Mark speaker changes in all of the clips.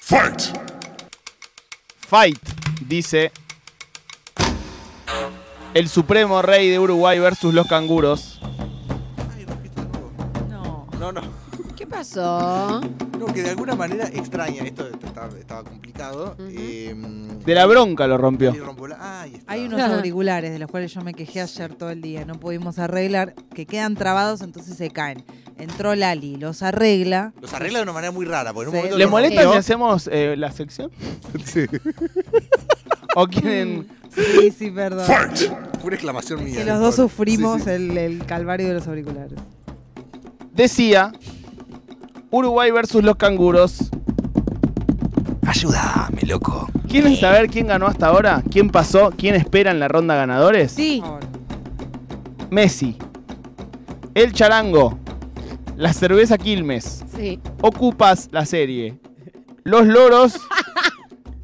Speaker 1: Fight.
Speaker 2: Fight, dice el supremo rey de Uruguay versus los canguros.
Speaker 3: Ay, repito de nuevo.
Speaker 4: No.
Speaker 3: No, no.
Speaker 4: ¿Qué pasó?
Speaker 3: No, que de alguna manera extraña, esto estaba, estaba complicado.
Speaker 4: Ujú.
Speaker 3: em,
Speaker 2: De la bronca lo rompió.
Speaker 3: y rompo la- ahí está.
Speaker 5: Hay unos
Speaker 4: Ajá.
Speaker 5: auriculares de los cuales yo me quejé ayer todo el día, no pudimos arreglar, que quedan trabados, entonces se caen. Entró Lali, los arregla.
Speaker 3: Los arregla de una manera muy rara. Porque Pues en un momento
Speaker 5: Sí.
Speaker 2: ¿Le
Speaker 3: los
Speaker 2: molesta si
Speaker 3: rompió.
Speaker 2: hacemos eh, la sección? ¿O quieren...?
Speaker 5: Sí, sí, perdón.
Speaker 3: Pura exclamación mía.
Speaker 5: Que los dos
Speaker 3: pobre.
Speaker 5: sufrimos
Speaker 3: Sí, sí.
Speaker 5: El, el calvario de los auriculares.
Speaker 2: Decía, Uruguay versus los canguros.
Speaker 6: Ayúdame, loco.
Speaker 2: ¿Quieren saber quién ganó hasta ahora? ¿Quién pasó? ¿Quién espera en la ronda ganadores?
Speaker 4: Sí.
Speaker 5: Por favor.
Speaker 2: Messi, El Charango, La Cerveza Quilmes,
Speaker 4: Sí.
Speaker 2: Ocupas la serie, Los Loros,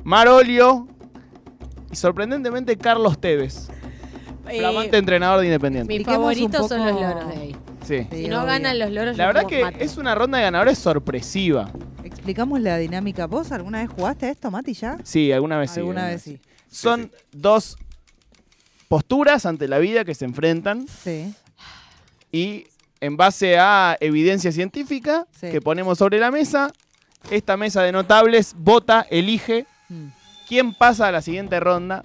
Speaker 2: Marolio y sorprendentemente Carlos Tevez,
Speaker 4: Eh,
Speaker 2: flamante entrenador de Independiente.
Speaker 4: mis
Speaker 5: Expliquemos
Speaker 4: favoritos
Speaker 5: un
Speaker 4: son
Speaker 5: poco-
Speaker 4: los loros de ahí.
Speaker 2: Sí.
Speaker 5: Sí,
Speaker 4: Si no
Speaker 5: obvio.
Speaker 4: ganan los loros,
Speaker 2: La
Speaker 4: yo
Speaker 2: verdad
Speaker 4: como
Speaker 2: que
Speaker 4: mato.
Speaker 2: es una ronda de ganadores sorpresiva.
Speaker 5: Explicamos la dinámica. ¿Vos alguna vez jugaste a esto, Mati, ya?
Speaker 2: Sí, alguna vez sí. ¿eh?
Speaker 5: alguna vez sí.
Speaker 2: Son dos posturas ante la vida que se enfrentan
Speaker 5: Sí.
Speaker 2: y en base a evidencia científica
Speaker 5: Sí.
Speaker 2: que ponemos sobre la mesa, esta mesa de notables vota, elige
Speaker 5: Mm.
Speaker 2: quién pasa a la siguiente ronda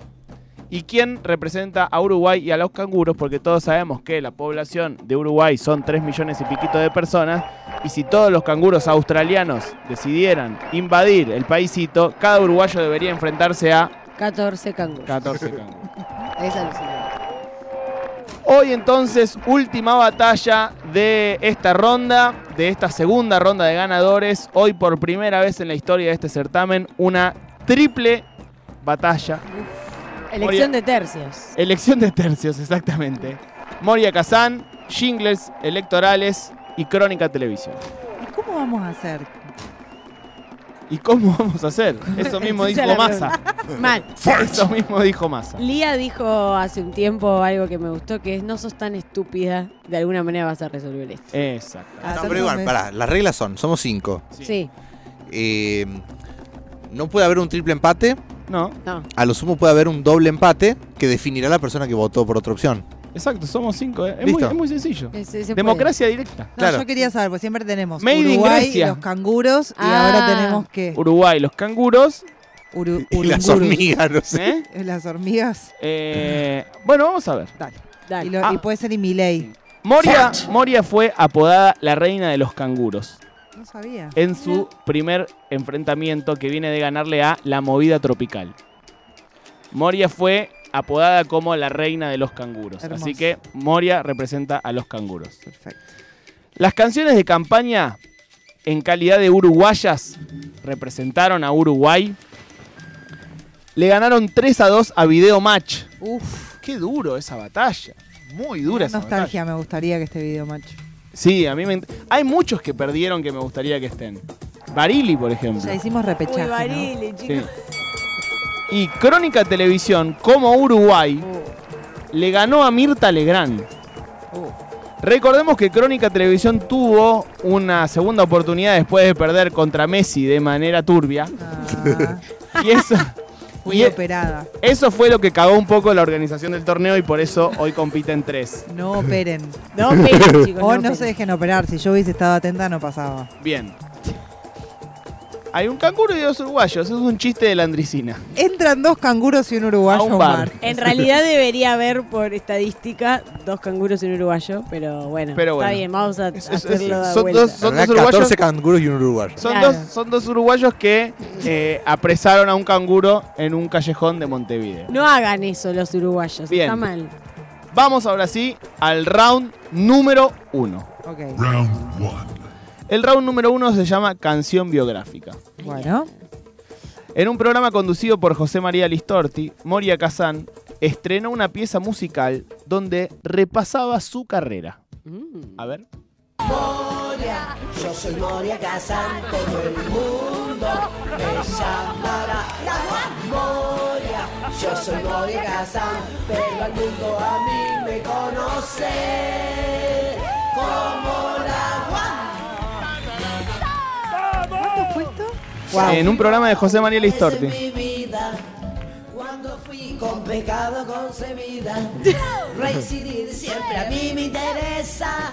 Speaker 2: y quién representa a Uruguay y a los canguros, porque todos sabemos que la población de Uruguay son 3 millones y piquito de personas, y si todos los canguros australianos decidieran invadir el paísito, cada uruguayo debería enfrentarse a
Speaker 4: 14 canguros.
Speaker 2: 14 canguros.
Speaker 4: Es alucinante.
Speaker 2: Hoy entonces, última batalla de esta ronda, de esta segunda ronda de ganadores. Hoy por primera vez en la historia de este certamen, una triple batalla.
Speaker 4: Elección de tercios.
Speaker 2: Elección de tercios, exactamente. Moria Kazán, jingles electorales y crónica televisión.
Speaker 5: ¿Y cómo vamos a hacer?
Speaker 2: ¿Y cómo vamos a hacer? Eso mismo
Speaker 4: Esa
Speaker 2: dijo
Speaker 4: es la
Speaker 2: Massa.
Speaker 4: Mal.
Speaker 2: Eso mismo dijo Massa.
Speaker 4: Lía dijo hace un tiempo algo que me gustó, que es no sos tan estúpida, de alguna manera vas a resolver esto.
Speaker 2: Exacto.
Speaker 3: No,
Speaker 5: Hacer
Speaker 3: pero igual,
Speaker 5: dos
Speaker 3: pará, las reglas son, somos cinco.
Speaker 2: Sí.
Speaker 4: Sí,
Speaker 3: Eh, no puede haber un triple empate,
Speaker 2: No,
Speaker 4: no.
Speaker 3: a lo sumo puede haber un doble empate que definirá la persona que votó por otra opción.
Speaker 2: exacto, somos cinco. ¿eh? Es, muy,
Speaker 3: Listo.
Speaker 2: es muy sencillo.
Speaker 4: Es- se puede.
Speaker 2: Democracia directa.
Speaker 5: No,
Speaker 3: Claro.
Speaker 5: yo quería saber, pues siempre tenemos
Speaker 2: Made in
Speaker 5: Uruguay y
Speaker 2: Grecia.
Speaker 5: los canguros
Speaker 4: Ah.
Speaker 5: y ahora tenemos que
Speaker 2: Uruguay, los canguros.
Speaker 5: Uru-
Speaker 3: Y las
Speaker 5: urungurus.
Speaker 3: hormigas, no sé.
Speaker 2: ¿eh?
Speaker 5: Las hormigas.
Speaker 2: Eh, bueno, vamos a ver.
Speaker 5: Dale.
Speaker 4: Dale.
Speaker 5: Y, lo-
Speaker 2: Ah.
Speaker 5: y puede ser y Milei.
Speaker 2: Moria, Moria fue apodada la reina de los canguros
Speaker 5: No sabía.
Speaker 2: en su primer enfrentamiento que viene de ganarle a la movida tropical. Moria fue apodada como la reina de los canguros,
Speaker 5: Hermoso.
Speaker 2: así que Moria representa a los canguros.
Speaker 5: Perfecto.
Speaker 2: Las canciones de campaña en calidad de uruguayas representaron a Uruguay. Le ganaron 3 a 2 a Video Match.
Speaker 5: Uf.
Speaker 2: Qué duro esa batalla. Muy dura
Speaker 5: Dura
Speaker 2: esa batalla.
Speaker 5: nostalgia me gustaría que este video, macho.
Speaker 2: Sí, a mí me... ent- Hay muchos que perdieron que me gustaría que estén. Barili, por ejemplo.
Speaker 5: Ya hicimos repechaje.
Speaker 4: Uy,
Speaker 5: ¿no?
Speaker 4: Barili,
Speaker 2: Sí.
Speaker 4: chicos.
Speaker 2: Y Crónica Televisión, como Uruguay,
Speaker 5: Uh.
Speaker 2: le ganó a Mirta Legrand. Recordemos que Crónica Televisión tuvo una segunda oportunidad después de perder contra Messi de manera turbia.
Speaker 5: Ah,
Speaker 2: Y eso,
Speaker 5: fui
Speaker 2: y e-
Speaker 5: operada.
Speaker 2: eso fue lo que cagó un poco la organización del torneo y por eso hoy compiten tres.
Speaker 5: No operen.
Speaker 4: No, pero, chicos.
Speaker 5: O
Speaker 4: no,
Speaker 5: no
Speaker 4: pero.
Speaker 5: se dejen operar. Si yo hubiese estado atenta, no pasaba.
Speaker 2: Bien. Hay un canguro y dos uruguayos. Es un chiste de landricina.
Speaker 5: Entran dos canguros y un uruguayo
Speaker 2: A un
Speaker 5: a un
Speaker 2: bar.
Speaker 5: bar.
Speaker 4: En realidad debería haber por estadística dos canguros y un uruguayo, pero bueno,
Speaker 2: Pero bueno.
Speaker 4: está bien, vamos a
Speaker 2: Es- es- es-
Speaker 4: hacerlo de
Speaker 2: son
Speaker 4: vuelta.
Speaker 2: dos-
Speaker 3: La
Speaker 2: son
Speaker 3: verdad,
Speaker 2: uruguayos.
Speaker 3: 14 canguros y un uruguayo.
Speaker 2: Son,
Speaker 4: Claro.
Speaker 2: dos, son dos uruguayos que eh, apresaron a un canguro en un callejón de Montevideo.
Speaker 4: No hagan eso los uruguayos,
Speaker 2: Bien.
Speaker 4: está mal.
Speaker 2: Vamos ahora sí al round número uno.
Speaker 5: Ok.
Speaker 1: Round one.
Speaker 2: El round número uno se llama Canción Biográfica.
Speaker 5: Bueno.
Speaker 2: En un programa conducido por José María Listorti, Moria Kazán estrenó una pieza musical donde repasaba su carrera.
Speaker 4: Mm.
Speaker 2: A ver.
Speaker 7: Yo soy Moria Kazan, todo el mundo me llamará la Moria. Yo soy Moria Kazan, pero al mundo a mí me conoce como la Juan.
Speaker 5: ¿Cuánto fue esto?
Speaker 4: Guau.
Speaker 2: en un programa de José María Listorti.
Speaker 7: Es mi vida. Cuando fui con pecado concebida, reincidir siempre a mí me interesa.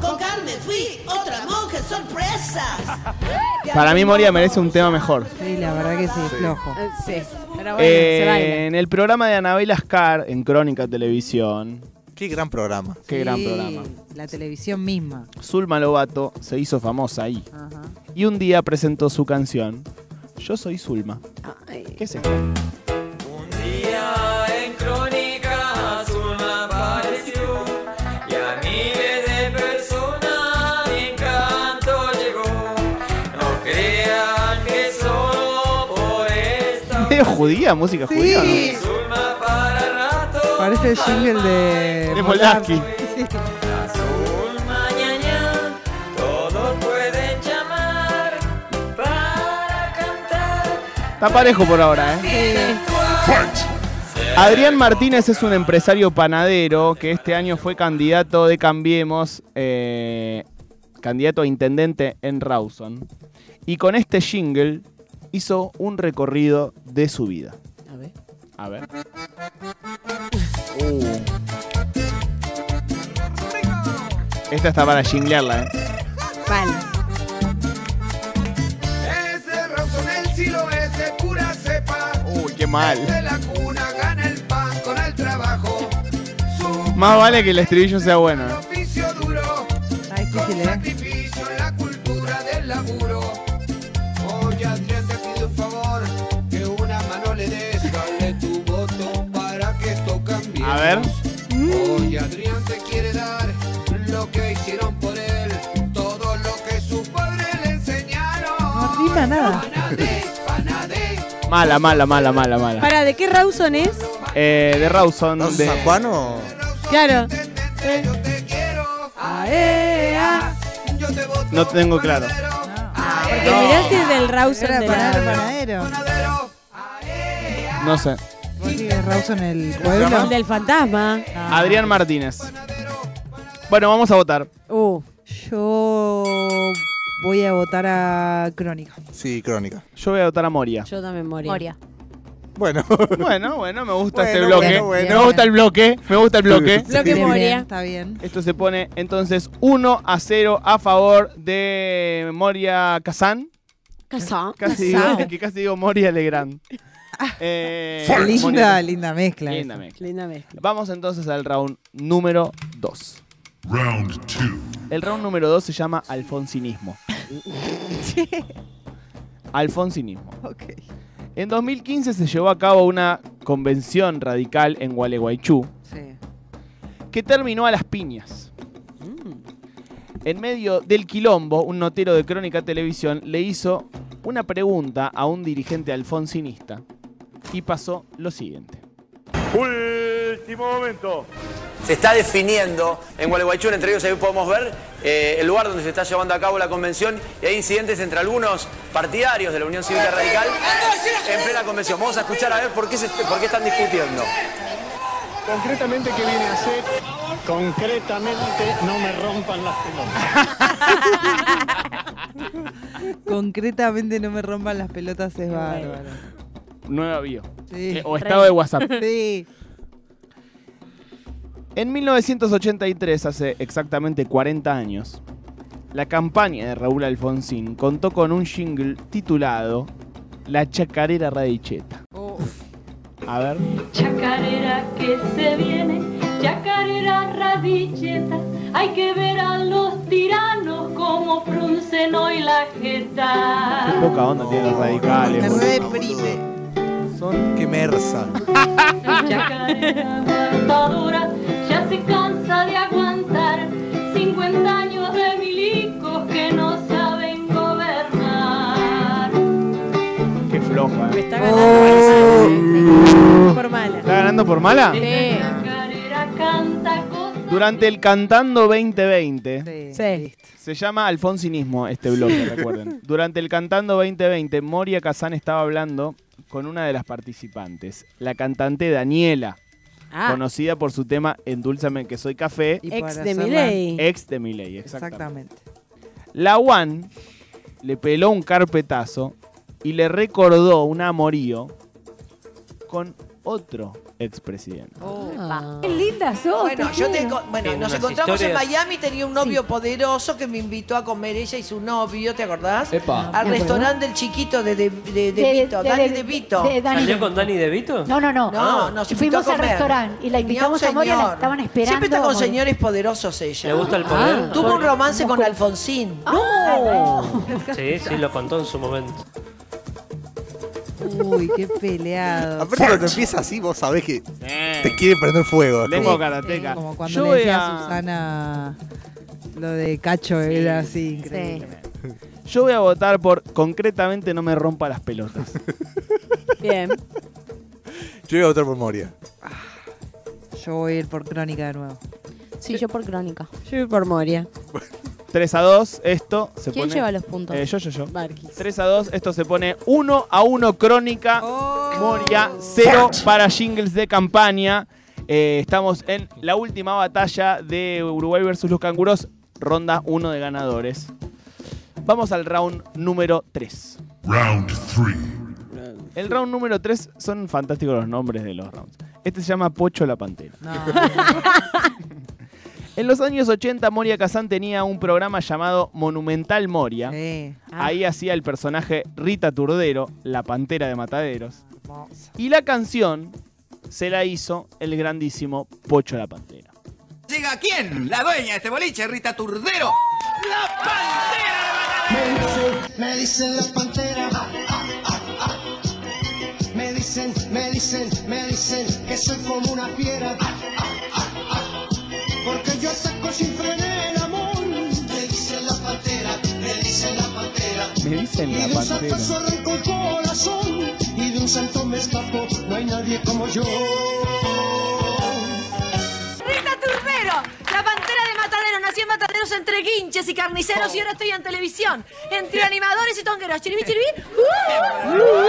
Speaker 7: Con Carmen fui otra monja, sorpresas.
Speaker 2: Para mí Moria merece un tema mejor.
Speaker 5: Sí, la verdad que sí, flojo.
Speaker 4: Eh, Sí, pero bueno,
Speaker 2: Eh,
Speaker 4: se baila.
Speaker 2: en el programa de Anabel Ascar, en Crónica Televisión,
Speaker 3: Qué gran programa.
Speaker 2: qué
Speaker 5: Sí,
Speaker 2: gran programa.
Speaker 5: La televisión misma.
Speaker 2: Zulma Lobato se hizo famosa ahí.
Speaker 5: Ajá.
Speaker 2: Y un día presentó su canción, Yo soy Zulma.
Speaker 4: Ay,
Speaker 2: ¿Qué es esto?
Speaker 1: Un día en crónica azul me apareció y a miles de personas mi encanto llegó. No crean que solo por esta
Speaker 2: Medio judía, música judía, ¿no?
Speaker 1: azulma para rato.
Speaker 5: Parece el jingle de.
Speaker 2: De Molaski.
Speaker 1: Azul mañana, todos pueden llamar para cantar.
Speaker 2: Está parejo por ahora, ¿eh? Adrián Martínez es un empresario panadero que este año fue candidato de Cambiemos, eh, candidato a intendente en Rawson. Y con este jingle hizo un recorrido de su vida.
Speaker 4: a ver.
Speaker 2: A ver. Uh. Esta está para jinglearla, ¿eh?
Speaker 4: Vale.
Speaker 6: Ese Rawson, el silo, ese pura cepa.
Speaker 2: Uy, qué mal.
Speaker 6: De la cuna gana el pan con el trabajo. Su
Speaker 2: Más vale que el estribillo sea bueno. ¿eh?
Speaker 6: oficio duro,
Speaker 5: Está difícil,
Speaker 6: con
Speaker 5: ¿eh?
Speaker 6: sacrificio en la cultura del laburo. Oye, Adrián, te pido un favor, que una mano le des, dale tu voto para que esto cambie.
Speaker 3: Ah.
Speaker 2: A ver.
Speaker 6: Oye, Adrián te quiere dar lo que hicieron por él, todo lo que su padre le enseñaron.
Speaker 5: No rima nada.
Speaker 6: Panadé, panadé.
Speaker 2: Mala, mala, mala, mala, mala.
Speaker 4: Para, ¿de qué Rawson es?
Speaker 2: Eh, de Rawson.
Speaker 3: ¿No,
Speaker 2: de-
Speaker 3: San Juan o...?
Speaker 4: Claro. Eh. E,
Speaker 6: Intendente, Yo te quiero,
Speaker 5: ¡Aea!
Speaker 6: yo te voto.
Speaker 2: No tengo claro.
Speaker 6: panadero,
Speaker 4: Porque mirá si es del Rawson
Speaker 5: Era
Speaker 4: de
Speaker 5: panadero,
Speaker 4: la-
Speaker 5: panadero.
Speaker 6: panadero.
Speaker 2: No sé.
Speaker 5: ¿Vos sigues Rawson el pueblo?
Speaker 4: del fantasma.
Speaker 2: Adrián Martínez. Bueno, vamos a votar.
Speaker 4: Uh,
Speaker 5: Yo voy a votar a Crónica.
Speaker 3: Sí, crónica.
Speaker 2: Yo voy a votar a Moria.
Speaker 4: yo también morí.
Speaker 8: Moria.
Speaker 3: Bueno.
Speaker 2: Bueno, bueno, me gusta
Speaker 3: Bueno,
Speaker 2: este bloque.
Speaker 3: bueno, bueno.
Speaker 2: Me gusta el bloque. Me gusta el bloque.
Speaker 4: Lo que
Speaker 5: Bien, bien,
Speaker 4: moría.
Speaker 5: Está bien.
Speaker 2: Esto se pone entonces 1 a 0 a favor de Moria Kazan.
Speaker 4: Casado.
Speaker 2: Casi digo,
Speaker 5: Kazan.
Speaker 2: es que casi digo Moria Legrand. Eh,
Speaker 5: Linda,
Speaker 2: Moria-
Speaker 5: linda mezcla.
Speaker 2: Linda
Speaker 5: esa.
Speaker 2: mezcla.
Speaker 4: Linda mezcla.
Speaker 2: Vamos entonces al round número 2.
Speaker 9: Round two.
Speaker 2: El round número 2 se llama Alfonsinismo. Alfonsinismo.
Speaker 5: Ok.
Speaker 2: En 2015 se llevó a cabo una convención radical en Gualeguaychú
Speaker 5: Sí.
Speaker 2: que terminó a las piñas. En medio del quilombo, un notero de Crónica Televisión le hizo una pregunta a un dirigente alfonsinista y pasó lo siguiente.
Speaker 10: se está definiendo en Gualeguaychú, entre ellos ahí podemos ver eh, el lugar donde se está llevando a cabo la convención y hay incidentes entre algunos partidarios de la Unión Cívica Radical en plena convención. Vamos a escuchar a ver por qué, se- por qué están discutiendo.
Speaker 11: Concretamente, ¿qué viene a hacer? Concretamente, no me rompan las pelotas.
Speaker 5: Concretamente no me rompan las pelotas es bárbaro.
Speaker 2: Nueva bio.
Speaker 5: Sí.
Speaker 2: Eh, o estado de WhatsApp.
Speaker 5: Sí.
Speaker 2: En 1983, hace exactamente 40 años, la campaña de Raúl Alfonsín contó con un jingle titulado La Chacarera Radicheta. A ver.
Speaker 8: Chacarera que se viene, chacarera radicheta. Hay que ver a los tiranos como fruncen hoy la
Speaker 2: Qué
Speaker 8: jeta.
Speaker 2: poca onda tienen los radicales.
Speaker 5: Me
Speaker 2: boludo.
Speaker 5: reprime.
Speaker 2: Son-
Speaker 3: Qué merza.
Speaker 8: Chacarera aguantadora ya se cansa de aguantar 50 años de milicos que no saben gobernar.
Speaker 2: Qué floja.
Speaker 4: Me
Speaker 2: ¿eh?
Speaker 5: Oh.
Speaker 4: está ganando. Por mala.
Speaker 2: ¿Está ganando por mala?
Speaker 4: Sí.
Speaker 8: Chacarera canta cosas.
Speaker 2: Durante el Cantando 2020,
Speaker 5: Sí.
Speaker 4: Sí.
Speaker 2: Se llama Alfonsinismo este bloque, recuerden. Durante el Cantando 2020, Moria Kazán estaba hablando con una de las participantes, la cantante Daniela,
Speaker 4: Ah,
Speaker 2: conocida por su tema Endúlzame que soy café,
Speaker 5: Y
Speaker 4: ex
Speaker 5: para
Speaker 4: de
Speaker 5: hacerla-
Speaker 4: Miley.
Speaker 2: ex de Miley, exactamente.
Speaker 5: Exactamente.
Speaker 2: La One le peló un carpetazo y le recordó un amorío con otro expresidente.
Speaker 7: Oh.
Speaker 4: Ah,
Speaker 9: Qué linda sos.
Speaker 12: Bueno, yo te,
Speaker 9: quiero.
Speaker 12: co- bueno
Speaker 2: En
Speaker 12: nos
Speaker 2: unas
Speaker 12: encontramos en
Speaker 2: historias-
Speaker 12: Miami, tenía un novio poderoso que me invitó a comer ella y su novio, ¿te acordás?
Speaker 13: Epa.
Speaker 12: Al
Speaker 13: Me acuerdo.
Speaker 12: restaurante del chiquito de, de, de, de
Speaker 9: De-
Speaker 12: Vito,
Speaker 9: de-
Speaker 12: Dani
Speaker 9: de-
Speaker 12: de Vito.
Speaker 9: de Dani
Speaker 13: ¿Salió con Dani De Vito?
Speaker 9: No, no, no.
Speaker 12: No, nos invitó
Speaker 9: Fuimos
Speaker 12: a
Speaker 9: al
Speaker 12: comer.
Speaker 9: restaurante y la
Speaker 12: Tenía un
Speaker 9: invitamos a Moria, la
Speaker 12: señor.
Speaker 9: estaban esperando.
Speaker 12: Siempre está con
Speaker 9: Moria.
Speaker 12: señores poderosos ella.
Speaker 13: ¿Le gusta el poder?
Speaker 12: Ah. Tuvo un romance con Alfonsín.
Speaker 9: Ah.
Speaker 12: ¡No!
Speaker 13: Sí, sí, lo contó en su momento.
Speaker 5: Uy, qué peleado.
Speaker 3: Aparte, cuando empieza así, vos sabés que te quiere prender fuego. es
Speaker 2: Lengua
Speaker 3: como-
Speaker 2: karateca.
Speaker 5: Como cuando
Speaker 2: Yo
Speaker 5: le
Speaker 2: voy
Speaker 5: decía a
Speaker 2: a-
Speaker 5: Susana lo de Cacho, era así increíble.
Speaker 2: Yo voy a votar por concretamente no me rompa las pelotas.
Speaker 4: Bien.
Speaker 3: Yo voy a votar por Moria.
Speaker 5: Yo voy a ir por Crónica de nuevo.
Speaker 9: Sí, yo por crónica.
Speaker 4: Yo voy por Moria.
Speaker 2: 3 a 2, esto se
Speaker 9: ¿Quién
Speaker 2: pone.
Speaker 9: lleva los puntos?
Speaker 2: Eh, yo, yo, yo. 3 a 2, esto se pone 1 a 1 crónica.
Speaker 4: Oh.
Speaker 2: Moria 0 para jingles de campaña. Eh, estamos en la última batalla de Uruguay versus los canguros, ronda 1 de ganadores. Vamos al round número 3.
Speaker 14: Round 3.
Speaker 2: El round número 3 son fantásticos los nombres de los rounds. Este se llama Pocho la Pantera. En los años 80, Moria Kazan tenía un programa llamado Monumental Moria. Ahí hacía el personaje Rita Turdero, la pantera de mataderos. Y la canción se la hizo el grandísimo Pocho la Pantera.
Speaker 6: ¿Llega quién? La dueña de este boliche, Rita Turdero.
Speaker 7: Me dicen la pantera. ah, ah, ah, ah. Me dicen, me dicen, me dicen que soy como una fiera. ah, ah, ah, ah. Porque yo saco sin frenar el amor. Me dicen la pantera, me dicen la pantera.
Speaker 2: Me dicen
Speaker 7: Y
Speaker 2: la
Speaker 7: de un saltazo
Speaker 2: pantera.
Speaker 7: arrancó el corazón. Y de un salto me escapó. No hay nadie como yo.
Speaker 15: Rita Turbero, la pantera de Matadero. Nací en Mataderos entre guinches y carniceros y ahora estoy en televisión. Entre animadores y tongueros. Chiribí, chiribí. ¡Uh!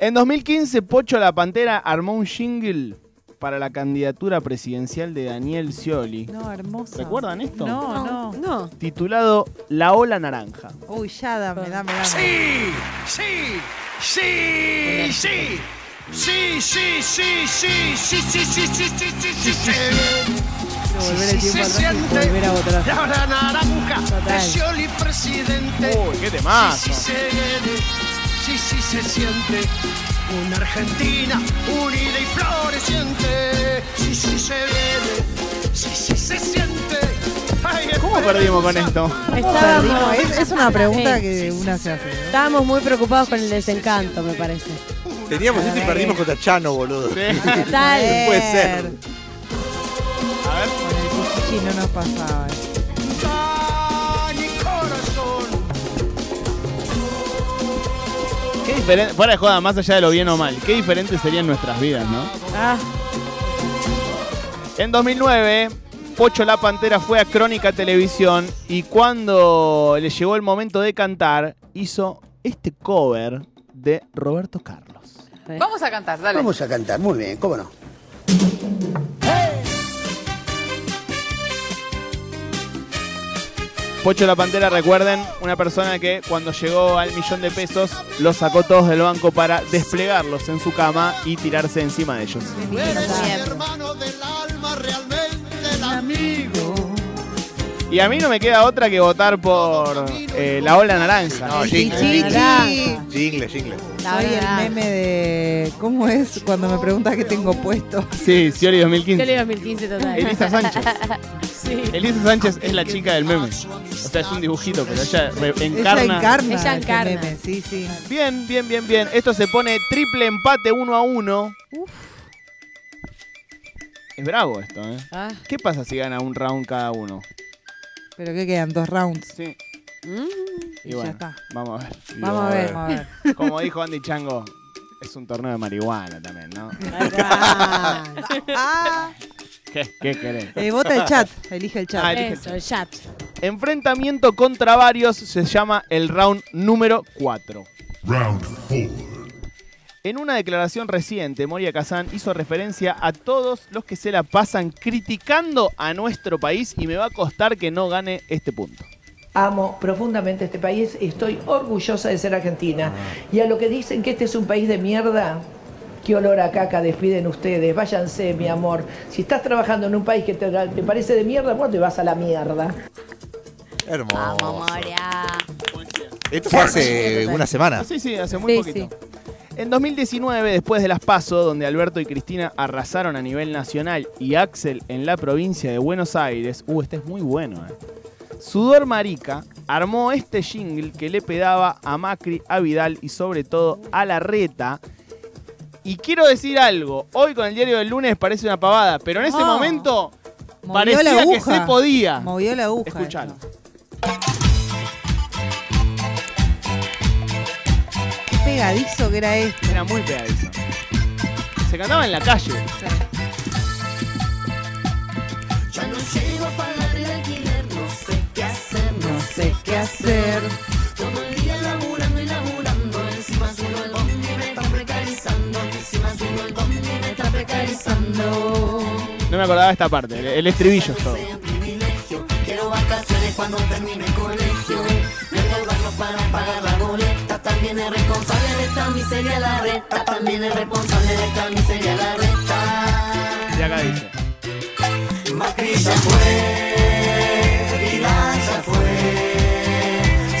Speaker 2: En 2015, Pocho la Pantera armó un jingle para la candidatura presidencial de Daniel Scioli,
Speaker 5: No, hermoso.
Speaker 2: ¿Recuerdan esto?
Speaker 5: No, no.
Speaker 4: No.
Speaker 2: titulado La Ola Naranja.
Speaker 5: Uy, ya dame, dame, dame.
Speaker 6: Sí, sí, sí, sí. Sí, sí, sí, sí, sí, sí, sí, sí, sí, sí, sí, sí.
Speaker 5: volver el
Speaker 6: Sí,
Speaker 5: tiempo
Speaker 6: se
Speaker 5: al básquet
Speaker 6: siente
Speaker 5: y volver a votar.
Speaker 6: la hora naranja de
Speaker 5: Total.
Speaker 6: Scioli presidente.
Speaker 2: Uy, qué temazo.
Speaker 6: Sí, sí, se, sí, sí, se siente una Argentina unida y floreciente. Sí, sí, se ve, sí, sí, se siente. Ay,
Speaker 2: ¿Cómo perdimos con esto?
Speaker 5: Perdimos. Es, es una pregunta
Speaker 4: Sí.
Speaker 5: que una se hace. ¿no?
Speaker 4: Estábamos muy preocupados con el desencanto, me parece.
Speaker 3: Teníamos esto y perdimos contra Chano, boludo.
Speaker 4: Tal.
Speaker 3: No puede ser.
Speaker 5: Sí, no nos pasaba.
Speaker 2: Qué diferente, fuera de joda, más allá de lo bien o mal, qué diferentes serían nuestras vidas, ¿no?
Speaker 5: Ah,
Speaker 2: En 2009, Pocho la Pantera fue a Crónica Televisión y cuando le llegó el momento de cantar, hizo este cover de Roberto Carlos.
Speaker 16: Vamos a cantar, dale.
Speaker 17: Vamos a cantar, muy bien, cómo no.
Speaker 2: Pocho la Pantera, recuerden, una persona que cuando llegó al millón de pesos, los sacó todos del banco para desplegarlos en su cama y tirarse encima de ellos.
Speaker 6: Eres mi hermano del alma, realmente el amigo.
Speaker 2: Y a mí no me queda otra que votar por eh, La Ola Naranja.
Speaker 3: No, jingle.
Speaker 5: Chiqui.
Speaker 3: Jingle, jingle.
Speaker 5: soy el meme de. ¿Cómo es cuando me preguntas qué tengo puesto?
Speaker 2: Sí, Scioli 2015.
Speaker 4: 2015 total.
Speaker 2: Elisa Sánchez.
Speaker 4: Sí.
Speaker 2: Elisa Sánchez es la chica del meme. O sea, es un dibujito, pero ella re- encarna.
Speaker 5: Ella encarna.
Speaker 4: Ella
Speaker 5: ese
Speaker 4: encarna.
Speaker 5: meme, Sí, sí.
Speaker 2: Bien, bien, bien, bien. Esto se pone triple empate 1 a 1. Es bravo esto, ¿eh?
Speaker 4: Ah.
Speaker 2: ¿Qué pasa si gana un round cada uno?
Speaker 5: Pero que quedan dos rounds.
Speaker 2: Sí. Mm. Y,
Speaker 5: Y ya
Speaker 2: bueno,
Speaker 5: está.
Speaker 2: vamos a ver.
Speaker 5: Y Vamos a ver, vamos a ver.
Speaker 2: Como dijo Andy Chango, es un torneo de marihuana también, ¿no?
Speaker 4: Ah.
Speaker 2: ¿Qué, qué querés?
Speaker 5: Ah. Eh, vota el chat. Elige el chat.
Speaker 2: Ah, elige el Eso,
Speaker 4: el chat.
Speaker 2: Enfrentamiento contra varios se llama el round número 4.
Speaker 14: Round 4.
Speaker 2: En una declaración reciente, Moria Kazan hizo referencia a todos los que se la pasan criticando a nuestro país y me va a costar que no gane este punto.
Speaker 12: Amo profundamente este país y estoy orgullosa de ser argentina.
Speaker 17: Ah.
Speaker 12: Y a lo que dicen que este es un país de mierda, qué olor a caca despiden ustedes. Váyanse,
Speaker 17: Mm.
Speaker 12: mi amor. Si estás trabajando en un país que te, te parece de mierda, bueno, te vas a la mierda.
Speaker 3: Hermoso.
Speaker 9: Moria.
Speaker 3: Esto fue hace una semana.
Speaker 2: Ah, Sí, sí, hace muy poquito. En 2019, después de las PASO, donde Alberto y Cristina arrasaron a nivel nacional y Axel en la provincia de Buenos Aires, uh, este es muy bueno, eh. Sudor Marica armó este jingle que le pedaba a Macri, a Vidal y sobre todo a la reta. Y quiero decir algo, hoy con el diario del lunes parece una pavada, pero en ese
Speaker 5: No.
Speaker 2: momento
Speaker 5: Movió Ah. la
Speaker 2: parecía que
Speaker 5: aguja.
Speaker 2: se podía.
Speaker 5: Movió la aguja.
Speaker 2: Ah. Escuchalo.
Speaker 5: Qué pegadizo que era esto.
Speaker 2: Era muy pegadizo. Se cantaba en la calle.
Speaker 6: Ya no llego a pagar el alquiler, no sé qué hacer, no sé qué hacer. Todo el día laburando y laburando, encima subo el bondi y me está precarizando, encima subo el bondi y me está precarizando.
Speaker 2: No me acordaba de esta parte, el, el estribillo es todo.
Speaker 6: Privilegio, quiero vacaciones cuando termine el colegio. Me endeudarnos para pagar la boleta, también es responsable de esta miseria la reta, también es responsable de esta miseria la reta.
Speaker 2: Y acá dice.
Speaker 6: Macri ya fue, Vidal ya fue.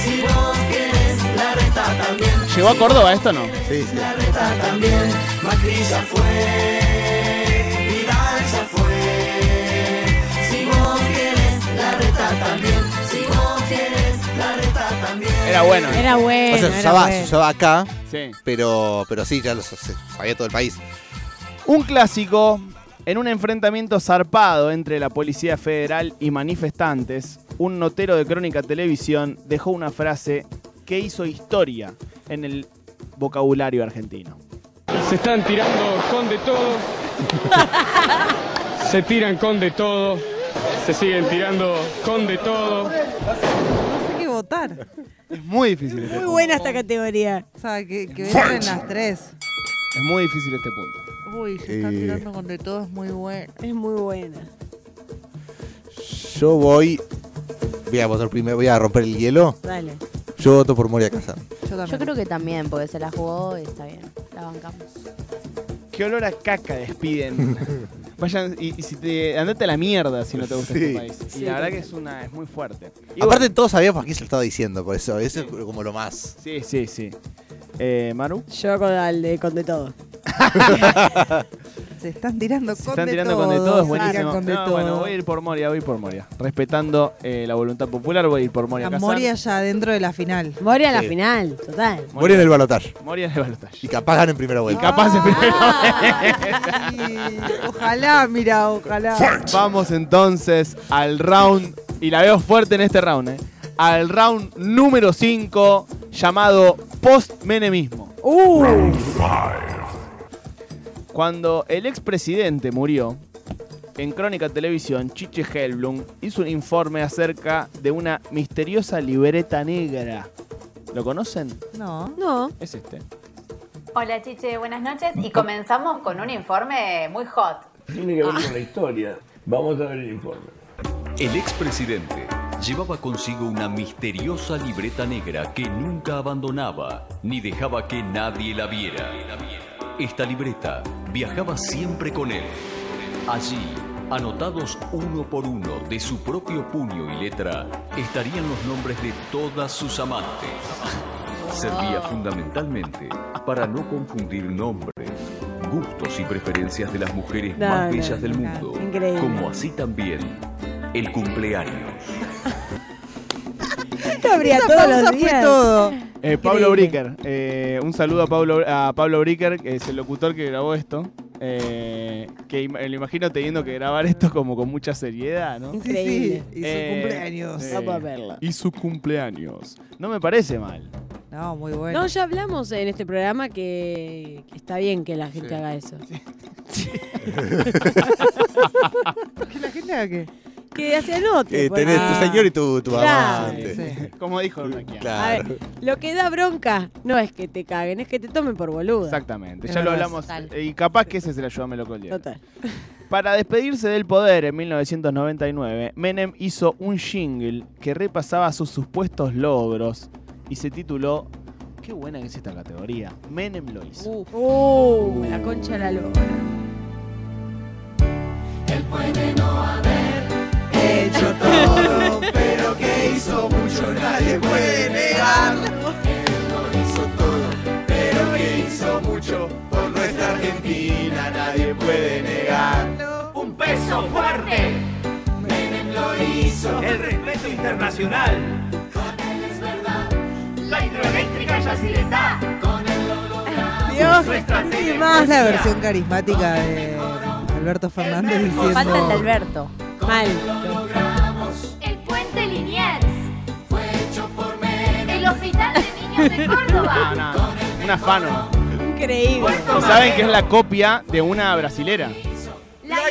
Speaker 6: Si vos querés la reta también,
Speaker 2: ¿Llegó a Córdoba esto o no?
Speaker 3: Sí, sí.
Speaker 6: la reta también. Macri ya fue, Vidal ya fue. Si vos querés la reta también, si vos querés la reta también.
Speaker 2: Era bueno.
Speaker 4: Era bueno.
Speaker 3: O sea, se
Speaker 4: era
Speaker 3: usaba, se
Speaker 4: bueno.
Speaker 3: usaba acá,
Speaker 2: Sí.
Speaker 3: pero, pero sí, ya lo sa- se sabía todo el país.
Speaker 2: Un clásico en un enfrentamiento zarpado entre la Policía Federal y manifestantes, un notero de Crónica Televisión dejó una frase que hizo historia en el vocabulario argentino.
Speaker 11: Se están tirando con de todo. Se tiran con de todo. Se siguen tirando con de todo.
Speaker 5: No sé qué votar.
Speaker 2: Es muy difícil este
Speaker 4: Muy
Speaker 2: punto.
Speaker 4: buena esta categoría.
Speaker 5: O sea, que, que entren las tres.
Speaker 2: Es muy difícil este punto.
Speaker 5: Uy, se están
Speaker 3: Eh.
Speaker 5: tirando con de todo, es muy bueno.
Speaker 4: Es muy buena.
Speaker 3: Yo voy. Voy a votar primero, voy a romper el hielo.
Speaker 4: Dale.
Speaker 3: Yo voto por Moria Kazan.
Speaker 5: Yo
Speaker 9: Yo
Speaker 5: también.
Speaker 9: creo que también, porque se la jugó y está bien. La bancamos.
Speaker 2: ¿Qué olor a caca despiden? Vayan y, y si te andate a la mierda si no te gusta este
Speaker 3: Sí.
Speaker 2: país. Y
Speaker 9: Sí,
Speaker 2: la verdad
Speaker 9: total.
Speaker 2: que es una es muy fuerte. Y
Speaker 3: Aparte, todos sabíamos por qué se lo estaba diciendo, por eso. Eso es como lo más.
Speaker 2: bueno, sí, sí, sí. Eh, Maru,
Speaker 4: Yo con, al de, con de todo.
Speaker 5: Se están tirando con
Speaker 2: se están
Speaker 5: de
Speaker 2: tirando
Speaker 5: todo.
Speaker 2: con de todo, es
Speaker 5: se tiran
Speaker 2: buenísimo.
Speaker 5: con de
Speaker 2: No,
Speaker 5: todo.
Speaker 2: bueno, voy a ir por Moria, voy a ir por Moria. Respetando eh, la voluntad popular, voy a ir por Moria.
Speaker 5: A
Speaker 2: Kazan.
Speaker 5: Moria ya dentro de la final.
Speaker 4: Moria a la
Speaker 3: Sí.
Speaker 4: final, total.
Speaker 3: Moria en el balotaje.
Speaker 2: Moria de balotaje.
Speaker 5: Ah.
Speaker 3: Y capaz ganan en primera
Speaker 2: Y
Speaker 3: vuelta.
Speaker 2: capaz en primera
Speaker 5: Ay, ojalá, mira, ojalá.
Speaker 2: Vamos entonces al round, y la veo fuerte en este round, ¿eh? al round número 5, llamado post-menemismo.
Speaker 4: Uh,
Speaker 2: Cuando el expresidente murió, en Crónica Televisión, Chiche Helblum hizo un informe acerca de una misteriosa libreta negra. ¿Lo conocen?
Speaker 5: No.
Speaker 4: no.
Speaker 2: Es este.
Speaker 16: Hola Chiche, buenas noches y comenzamos con un informe muy hot.
Speaker 17: Tiene que ver con la historia. Vamos a ver el informe.
Speaker 18: El expresidente llevaba consigo una misteriosa libreta negra que nunca abandonaba ni dejaba que nadie la viera. Esta libreta viajaba siempre con él. Allí, anotados uno por uno de su propio puño y letra, estarían los nombres de todas sus amantes. Servía fundamentalmente para no confundir nombres, gustos y preferencias de las mujeres
Speaker 4: No,
Speaker 18: más
Speaker 4: no,
Speaker 18: bellas del
Speaker 4: no,
Speaker 18: mundo,
Speaker 4: increíble.
Speaker 18: como así también el cumpleaños.
Speaker 4: Esto habría
Speaker 5: Esa
Speaker 4: todos
Speaker 5: pausa
Speaker 4: los
Speaker 5: fue
Speaker 4: días.
Speaker 5: todo.
Speaker 2: Eh, Pablo
Speaker 4: Increíble.
Speaker 2: Bricker, eh, un saludo a Pablo, a Pablo Bricker, que es el locutor que grabó esto. eh, que im- lo imagino teniendo que grabar esto como con mucha seriedad, ¿no?
Speaker 5: Sí, sí.
Speaker 4: Increíble.
Speaker 5: Y su
Speaker 2: Eh,
Speaker 5: cumpleaños.
Speaker 2: sí.
Speaker 4: Vamos a verla.
Speaker 2: Y su cumpleaños. No me parece mal.
Speaker 5: No, muy bueno.
Speaker 4: No, ya hablamos en este programa que, que está bien que la gente haga eso.
Speaker 5: ¿Que la gente haga qué?
Speaker 4: Que se anote.
Speaker 3: Eh,
Speaker 4: por
Speaker 3: tenés
Speaker 4: ejemplo.
Speaker 3: tu señor y tu, tu
Speaker 4: Claro.
Speaker 3: amante.
Speaker 5: Ah, Sí.
Speaker 2: Ah, Como dijo Roquia.
Speaker 4: A
Speaker 3: Claro.
Speaker 4: ver, lo que da bronca no es que te caguen, es que te tomen por boludo.
Speaker 2: Exactamente,
Speaker 5: Es
Speaker 2: ya lo
Speaker 5: verdad.
Speaker 2: hablamos.
Speaker 9: Total.
Speaker 2: eh, Y capaz que ese es el ayúdame loco el día.
Speaker 4: Total.
Speaker 2: Para despedirse del poder en 1999, Menem hizo un jingle que repasaba sus supuestos logros y se tituló Qué buena que es esta categoría. Menem lo hizo.
Speaker 4: Uh, la concha de la lora.
Speaker 6: puede no haber hecho todo, pero que hizo mucho nadie puede negarlo. Él no hizo todo, pero que hizo mucho por nuestra Argentina nadie puede negarlo. Un peso fuerte, Menem lo hizo. El respeto internacional. Con él es verdad, la hidroeléctrica ya sí está. Con él lo logramos.
Speaker 4: pues,
Speaker 5: Dios,
Speaker 6: Nuestra
Speaker 5: y más la
Speaker 6: telefonía.
Speaker 5: versión carismática de Alberto Fernández diciendo.
Speaker 9: Falta el de Alberto.
Speaker 5: Mal.
Speaker 8: El puente Liniers fue hecho por Menem. El hospital de niños de Córdoba.
Speaker 2: No, no, un afano.
Speaker 4: Increíble.
Speaker 2: Y saben que es la copia de una brasilera.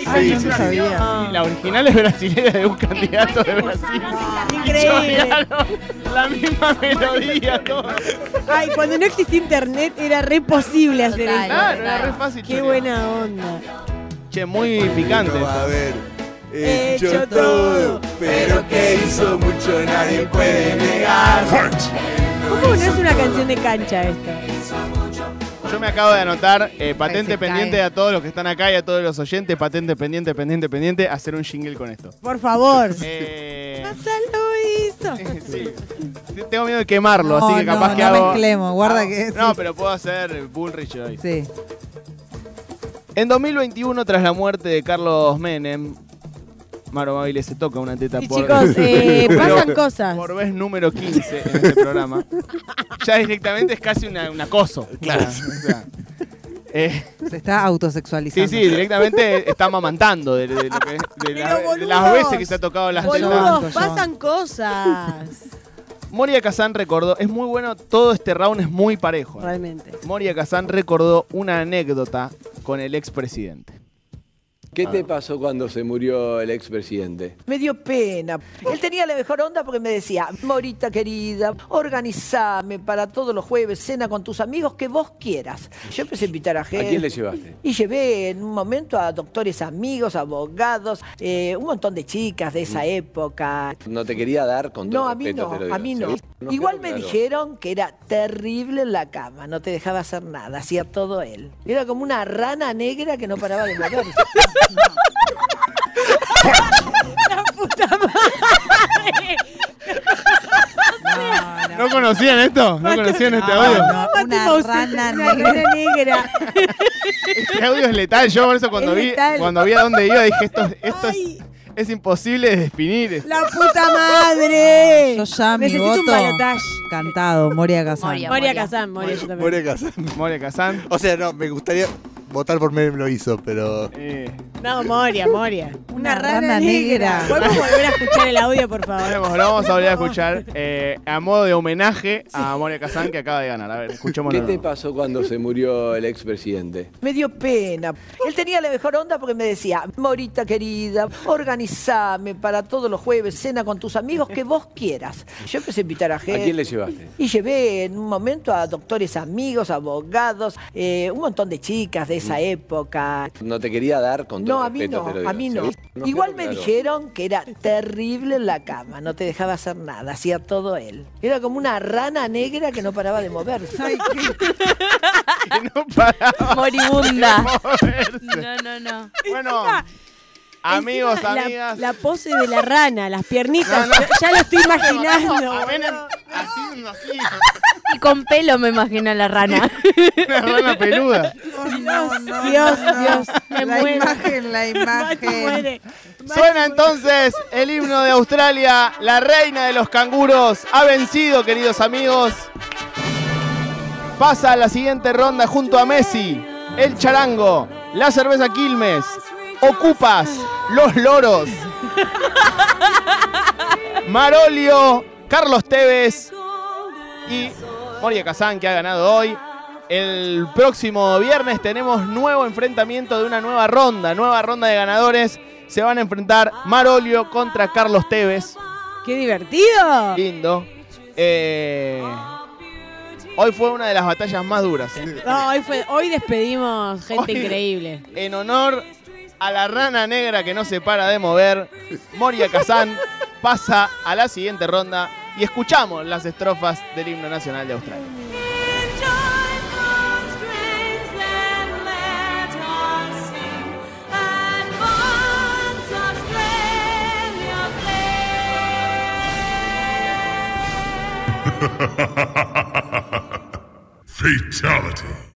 Speaker 5: Ay, no se sabía.
Speaker 2: Y La original es brasilera de un candidato de Brasil.
Speaker 4: Increíble.
Speaker 2: La misma melodía, todo.
Speaker 4: Ay, cuando no existía internet era re posible hacer
Speaker 2: Total,
Speaker 4: eso.
Speaker 2: Claro, era re fácil
Speaker 4: Qué buena onda.
Speaker 2: Che, muy picante.
Speaker 6: No va a haber
Speaker 4: Hecho
Speaker 6: hecho todo, pero que hizo mucho nadie puede negar.
Speaker 4: ¿Cómo no es una canción de cancha esta?
Speaker 2: Yo me acabo de anotar eh, patente
Speaker 4: se cae.
Speaker 2: pendiente a todos los que están acá y a todos los oyentes, patente pendiente, pendiente, pendiente, hacer un jingle con esto.
Speaker 4: Por favor.
Speaker 2: Eh,
Speaker 4: Pasa lo hizo.
Speaker 2: tengo miedo de quemarlo,
Speaker 5: No,
Speaker 2: así que
Speaker 5: no,
Speaker 2: capaz que
Speaker 5: no
Speaker 2: hago.
Speaker 5: mezclemos, guarda
Speaker 2: hago-
Speaker 5: que-
Speaker 2: No,
Speaker 5: sí.
Speaker 2: pero puedo hacer Bullrich hoy.
Speaker 5: Sí.
Speaker 2: En 2021, tras la muerte de Carlos Menem, Maro Mabile se toca una teta
Speaker 4: Y
Speaker 2: por.
Speaker 4: chicos, eh,
Speaker 2: Pero
Speaker 4: pasan cosas.
Speaker 2: Por vez número 15 en este programa. Ya directamente es casi una- un acoso. Eh, Claro.
Speaker 5: Se está
Speaker 2: Sí,
Speaker 5: autosexualizando.
Speaker 2: sí, directamente está mamantando de, de lo que- de la- de las
Speaker 4: boludos.
Speaker 2: veces que se ha tocado las
Speaker 4: Boludos,
Speaker 2: tetas.
Speaker 4: pasan cosas.
Speaker 2: Moria Kazan recordó, es muy bueno, todo este round es muy parejo.
Speaker 4: Realmente.
Speaker 2: Moria Kazan recordó una anécdota con el expresidente.
Speaker 17: ¿Qué te pasó cuando se murió el expresidente?
Speaker 12: Me dio pena. Él tenía la mejor onda porque me decía, Morita querida, organizame para todos los jueves cena con tus amigos que vos quieras. Yo empecé a invitar a
Speaker 17: ¿A
Speaker 12: gente.
Speaker 17: quién le llevaste?
Speaker 12: Y llevé en un momento a doctores amigos, abogados, eh, un montón de chicas de esa
Speaker 17: Mm.
Speaker 12: época.
Speaker 17: No te quería dar con todo
Speaker 12: No, a mí
Speaker 17: respeto,
Speaker 12: no,
Speaker 17: te lo digo.
Speaker 12: a mí no.
Speaker 17: ¿Seguro? Nos
Speaker 12: Igual
Speaker 17: quedó
Speaker 12: me
Speaker 17: claro.
Speaker 12: dijeron que era terrible en la cama, no te dejaba hacer nada, hacía todo él. Era como una rana negra que no paraba de moverse.
Speaker 2: ¿No conocían esto? ¿No conocían este audio?
Speaker 5: una rana
Speaker 4: Una
Speaker 5: negra.
Speaker 4: rana negra.
Speaker 2: Este audio es letal. Yo por eso cuando
Speaker 4: Es
Speaker 2: vi
Speaker 4: letal.
Speaker 2: cuando vi a dónde iba dije esto, esto es, es imposible de definir. este
Speaker 4: ¡La puta madre!
Speaker 5: Yo ya mi
Speaker 4: Necesito un
Speaker 5: voto
Speaker 4: balotaje.
Speaker 5: cantado, Moria Gazán.
Speaker 4: Moria Kazan, Moria, yo también.
Speaker 3: Moria Kazan.
Speaker 2: Moria Kazan.
Speaker 3: O sea, no, me gustaría votar por Menem lo hizo, pero.
Speaker 2: Eh,
Speaker 4: No, Moria, Moria. Una, rana,
Speaker 5: rana
Speaker 4: negra.
Speaker 5: negra.
Speaker 4: ¿Podemos volver a escuchar el audio, por favor?
Speaker 2: Volvemos, lo vamos a volver a escuchar eh, a modo de homenaje a Moria Kazan que acaba de ganar. A ver, escuchémoslo.
Speaker 17: ¿Qué
Speaker 2: de
Speaker 17: te
Speaker 2: nuevo.
Speaker 17: pasó cuando se murió el expresidente?
Speaker 12: Me dio pena. Él tenía la mejor onda porque me decía, Morita querida, organizame para todos los jueves cena con tus amigos que vos quieras. Yo empecé a invitar a
Speaker 17: ¿A
Speaker 12: gente.
Speaker 17: quién le llevaste?
Speaker 12: Y llevé en un momento a doctores amigos, abogados, eh, un montón de chicas de esa época.
Speaker 17: No te quería dar con todo
Speaker 12: No, a mí
Speaker 17: respeto,
Speaker 12: no,
Speaker 17: te lo digo.
Speaker 12: a mí no.
Speaker 17: ¿Seguro? Nos
Speaker 12: Igual
Speaker 17: quedó
Speaker 12: me
Speaker 17: claro.
Speaker 12: dijeron que era terrible en la cama, no te dejaba hacer nada, hacía todo él. Era como una rana negra que no paraba de moverse.
Speaker 9: Moribunda.
Speaker 2: No,
Speaker 9: no, no.
Speaker 2: Bueno, amigos,
Speaker 4: Encima, la-
Speaker 2: amigas.
Speaker 4: La, pose de la rana, las piernitas.
Speaker 2: No, no.
Speaker 4: Ya, ya lo estoy imaginando.
Speaker 2: A Menem, así, así,
Speaker 9: Y con pelo me imagino a la rana.
Speaker 2: una rana peluda.
Speaker 5: No, no,
Speaker 4: Dios,
Speaker 5: no, no.
Speaker 4: Dios, me
Speaker 5: La
Speaker 4: muero.
Speaker 5: imagen, la
Speaker 4: Mati
Speaker 5: imagen.
Speaker 4: muere.
Speaker 2: Suena entonces el himno de Australia, la reina de los canguros ha vencido, queridos amigos. Pasa a la siguiente ronda junto a Messi, el charango, la cerveza Quilmes, Ocupas, los loros, Marolio, Carlos Tevez y Moria Kazán que ha ganado hoy. El próximo viernes tenemos nuevo enfrentamiento de una nueva ronda, nueva ronda de ganadores. Se van a enfrentar Marolio contra Carlos Tevez.
Speaker 4: ¡Qué divertido!
Speaker 2: Lindo. Eh, hoy fue una de las batallas más duras.
Speaker 4: No, hoy, fue, hoy despedimos gente
Speaker 2: Hoy-
Speaker 4: increíble.
Speaker 2: En honor a la rana negra que no se para de mover, Moria Kazan pasa a la siguiente ronda y escuchamos las estrofas del himno nacional de Australia.
Speaker 14: Fatality.